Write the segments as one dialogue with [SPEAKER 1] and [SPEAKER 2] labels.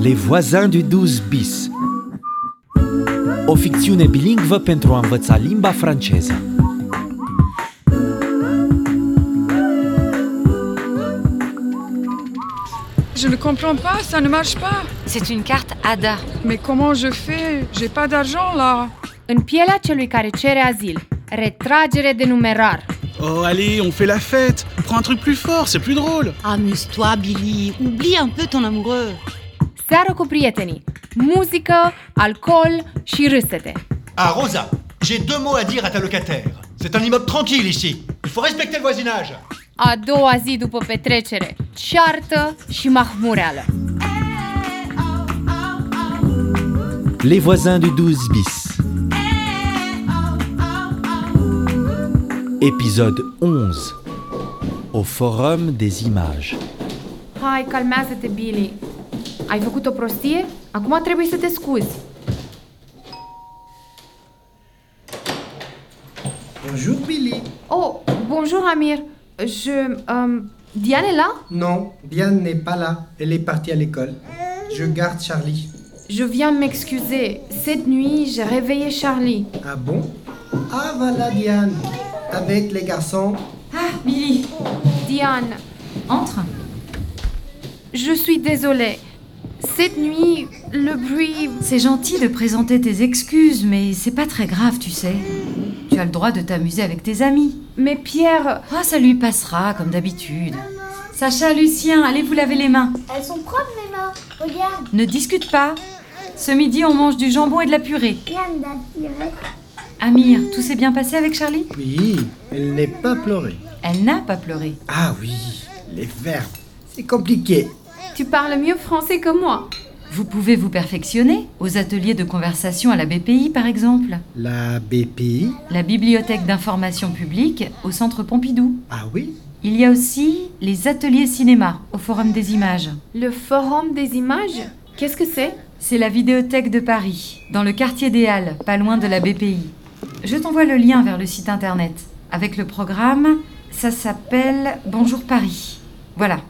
[SPEAKER 1] Les voisins du 12 bis O ficțiune bilingvă pentru a învăța limba franceză
[SPEAKER 2] Je ne comprends pas, ça ne marche pas.
[SPEAKER 3] C'est une carte ADA.
[SPEAKER 2] Mais comment je fais J'ai pas d'argent là.
[SPEAKER 4] În pielea celui care cere azil. Retragere de numerar.
[SPEAKER 5] Oh allez, on fait la fête Prends un truc plus fort, c'est plus drôle
[SPEAKER 6] Amuse-toi, Billy. Oublie un peu ton amoureux.
[SPEAKER 4] Seară cu prietenii. Muzică, alcool și râsete.
[SPEAKER 7] Ah, Rosa, j'ai deux mots à dire à ta locataire. C'est un immeuble tranquille ici. Il faut respecter le voisinage.
[SPEAKER 4] A doua zi după petrecere, ceartă și mahmureală.
[SPEAKER 1] Les voisins du 12 bis Épisode 11 Au forum des images
[SPEAKER 4] Hai, calmează-te, Billy. Ai făcut o prostie? Acum trebuie să te scuzi.
[SPEAKER 8] Bonjour Billy.
[SPEAKER 4] Oh, bonjour Amir. Je... Um, Diane est là
[SPEAKER 8] Non, Diane n'est pas là. Elle est partie à l'école. Je garde Charlie.
[SPEAKER 4] Je viens m'excuser. Cette nuit, j'ai réveillé Charlie.
[SPEAKER 8] Ah bon Ah voilà Diane. Avec les garçons.
[SPEAKER 9] Ah, Billy,
[SPEAKER 4] Diane,
[SPEAKER 9] entre.
[SPEAKER 4] je suis désolée. Cette nuit, le bruit...
[SPEAKER 9] C'est gentil de présenter tes excuses, mais c'est pas très grave, tu sais. Tu as le droit de t'amuser avec tes amis.
[SPEAKER 4] Mais Pierre,
[SPEAKER 9] Ah, ça lui passera, comme d'habitude. Sacha, Lucien, allez vous laver les mains.
[SPEAKER 10] Elles sont propres, mes mains. Regarde,
[SPEAKER 9] Ne discute pas. Ce midi, on mange du jambon et de la purée.
[SPEAKER 10] Yann d'attirer.
[SPEAKER 9] Amir, tout s'est bien passé avec Charlie
[SPEAKER 8] Oui, elle n'est pas pleurée.
[SPEAKER 9] Elle n'a pas pleuré.
[SPEAKER 8] Ah oui, les verbes. C'est compliqué.
[SPEAKER 4] tu parles mieux français que moi.
[SPEAKER 9] Vous pouvez vous perfectionner aux ateliers de conversation à la BPI, par exemple.
[SPEAKER 8] La BPI.
[SPEAKER 9] La bibliothèque d'information publique au centre Pompidou.
[SPEAKER 8] Ah oui
[SPEAKER 9] Il y a aussi les ateliers cinéma au Forum des images.
[SPEAKER 4] Le forum des images Qu'est-ce que c'est
[SPEAKER 9] C'est la vidéothèque de Paris, dans le quartier des Halles, pas loin de la BPI. Je t'envoie le lien vers le site internet. Avec le programme, ça s'appelle Bonjour Paris. Voilà.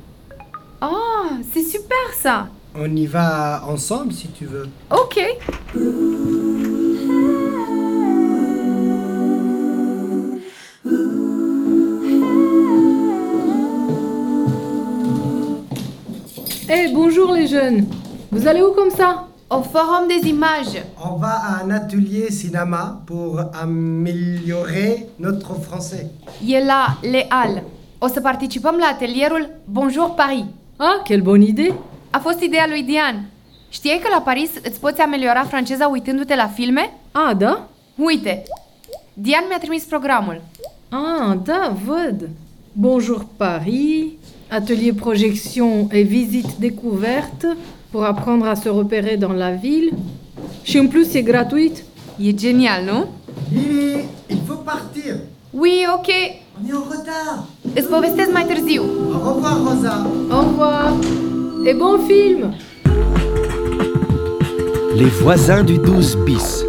[SPEAKER 4] Oh, c'est super ça.
[SPEAKER 8] On y va ensemble si tu veux.
[SPEAKER 4] Ok.
[SPEAKER 11] Eh, Eh bonjour les jeunes Vous allez où comme ça
[SPEAKER 4] Au forum des images.
[SPEAKER 8] On va à un atelier cinéma pour améliorer notre français.
[SPEAKER 4] E la Leal. O să participăm la atelierul Bonjour Paris.
[SPEAKER 11] Ah, quelle bonne idée
[SPEAKER 4] A fost ideea lui Diane. Știai că la Paris îți poți ameliora franceza uitându-te la filme?
[SPEAKER 11] Ah, da
[SPEAKER 4] Uite! Diane mi-a trimis programul.
[SPEAKER 11] Ah, da, vod Bonjour Paris, atelier projection et visite découverte pour apprendre à se repérer dans la ville. Et en plus, c'est gratuit.
[SPEAKER 4] E genial, nu?
[SPEAKER 8] Billy, il faut partir.
[SPEAKER 4] Oui, ok!
[SPEAKER 8] On est en retard.
[SPEAKER 4] Îți povestesc mai târziu.
[SPEAKER 8] Au revoir Rosa.
[SPEAKER 11] Au revoir Et bon film
[SPEAKER 1] Les voisins du 12 bis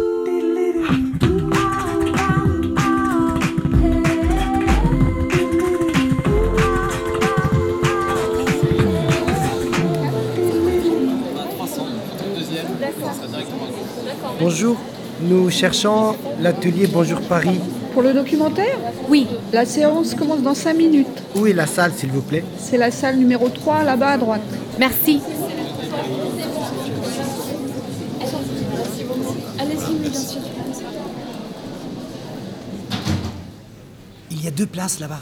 [SPEAKER 8] Bonjour. Nous cherchons l'atelier Bonjour Paris.
[SPEAKER 12] Pour le documentaire
[SPEAKER 4] Oui,
[SPEAKER 12] La séance commence dans 5 minutes.
[SPEAKER 8] Où est la salle, s'il vous plaît
[SPEAKER 12] C'est la salle numéro 3, là-bas à droite.
[SPEAKER 4] merci.
[SPEAKER 8] Il y a deux places là-bas.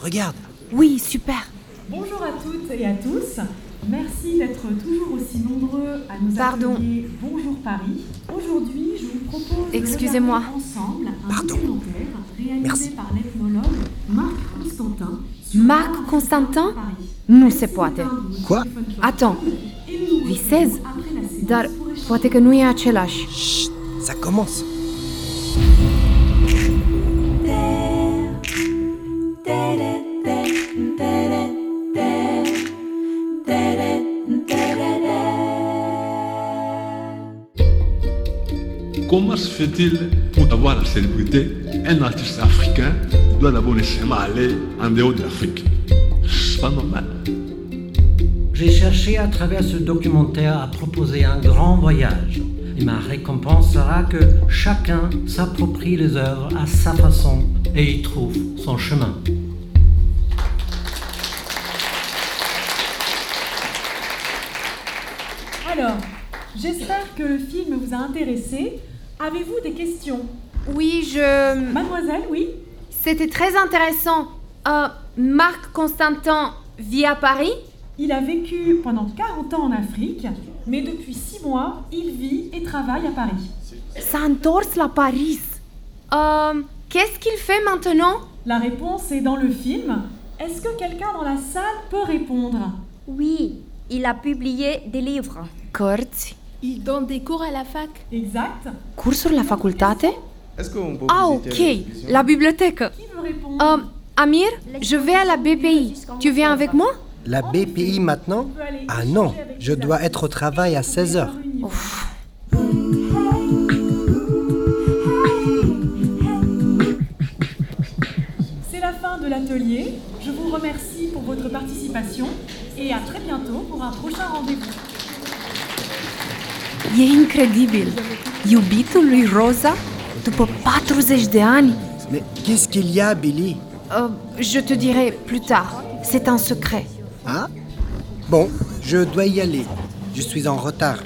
[SPEAKER 8] Regarde.
[SPEAKER 4] Oui, super.
[SPEAKER 6] Bonjour à toutes et à tous. Merci d'être toujours aussi nombreux à nous
[SPEAKER 4] Pardon.
[SPEAKER 6] accueillir. Bonjour Paris. Aujourd'hui, je vous propose de
[SPEAKER 4] Excusez-moi.
[SPEAKER 6] regarder ensemble un
[SPEAKER 8] Pardon.
[SPEAKER 6] documentaire réalisé
[SPEAKER 8] Merci.
[SPEAKER 6] par l'ethnologue Marc Constantin sur
[SPEAKER 4] Marc Constantin? Nu se poate.
[SPEAKER 8] Quoi
[SPEAKER 4] Attends, visez? Dar poate că nu e același.
[SPEAKER 8] Chut, ça commence.
[SPEAKER 13] Comment se fait-il pour avoir la célébrité un artiste africain doit d'abord nécessairement aller en dehors de l'Afrique C'est pas normal.
[SPEAKER 3] J'ai cherché à travers ce documentaire à proposer un grand voyage. Et ma récompense sera que chacun s'approprie les œuvres à sa façon et y trouve son chemin.
[SPEAKER 6] Alors, j'espère que le film vous a intéressé. Avez-vous des questions
[SPEAKER 4] Oui, je...
[SPEAKER 6] Mademoiselle, oui
[SPEAKER 4] C'était très intéressant. Euh, Marc Constantin vit à Paris
[SPEAKER 6] Il a vécu pendant 40 ans en Afrique, mais depuis 6 mois, il vit et travaille à Paris.
[SPEAKER 4] S'entorse la Paris. Euh, Qu'est-ce qu'il fait maintenant
[SPEAKER 6] La réponse est dans le film. Est-ce que quelqu'un dans la salle peut répondre
[SPEAKER 14] Oui, il a publié des livres.
[SPEAKER 15] Corti.
[SPEAKER 6] Il donne des cours à la fac. Exact.
[SPEAKER 15] Cours sur la facultate
[SPEAKER 16] Est-ce qu'on peut
[SPEAKER 15] Ah ok,
[SPEAKER 16] visiter
[SPEAKER 15] la bibliothèque.
[SPEAKER 4] Euh, Amir, je vais à la BPI. Tu viens avec moi
[SPEAKER 8] La BPI maintenant Ah non, je dois être au travail à 16h.
[SPEAKER 6] C'est la fin de l'atelier. Je vous remercie pour votre participation et à très bientôt pour un prochain rendez-vous.
[SPEAKER 15] E incredibil. Iubitul lui Rosa, după 40 de ani,
[SPEAKER 8] Mais qu'est-ce qu'il y a, Billy
[SPEAKER 4] Euh, je te dirai plus tard. C'est un secret.
[SPEAKER 8] Ah Bon, je dois y aller. Je suis en retard.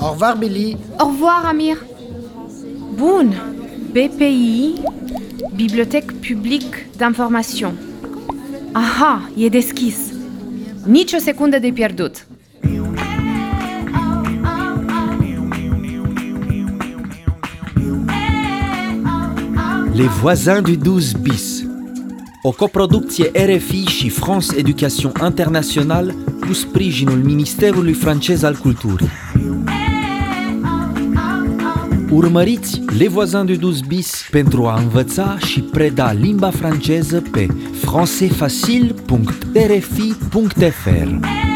[SPEAKER 8] Au revoir, Billy.
[SPEAKER 4] Au revoir, Amir. Boone, BPI, Bibliothèque publique d'information. Aha, e deschis. Nici o secundă de pierdut.
[SPEAKER 1] Les voisins du 12 bis. O coproducție RFI și France Education International cu sprijinul Ministerului francez al Culturii. Urmăriți Le Voisins du 12 bis pentru a învăța și preda limba franceză pe francefacil.rfi.fr.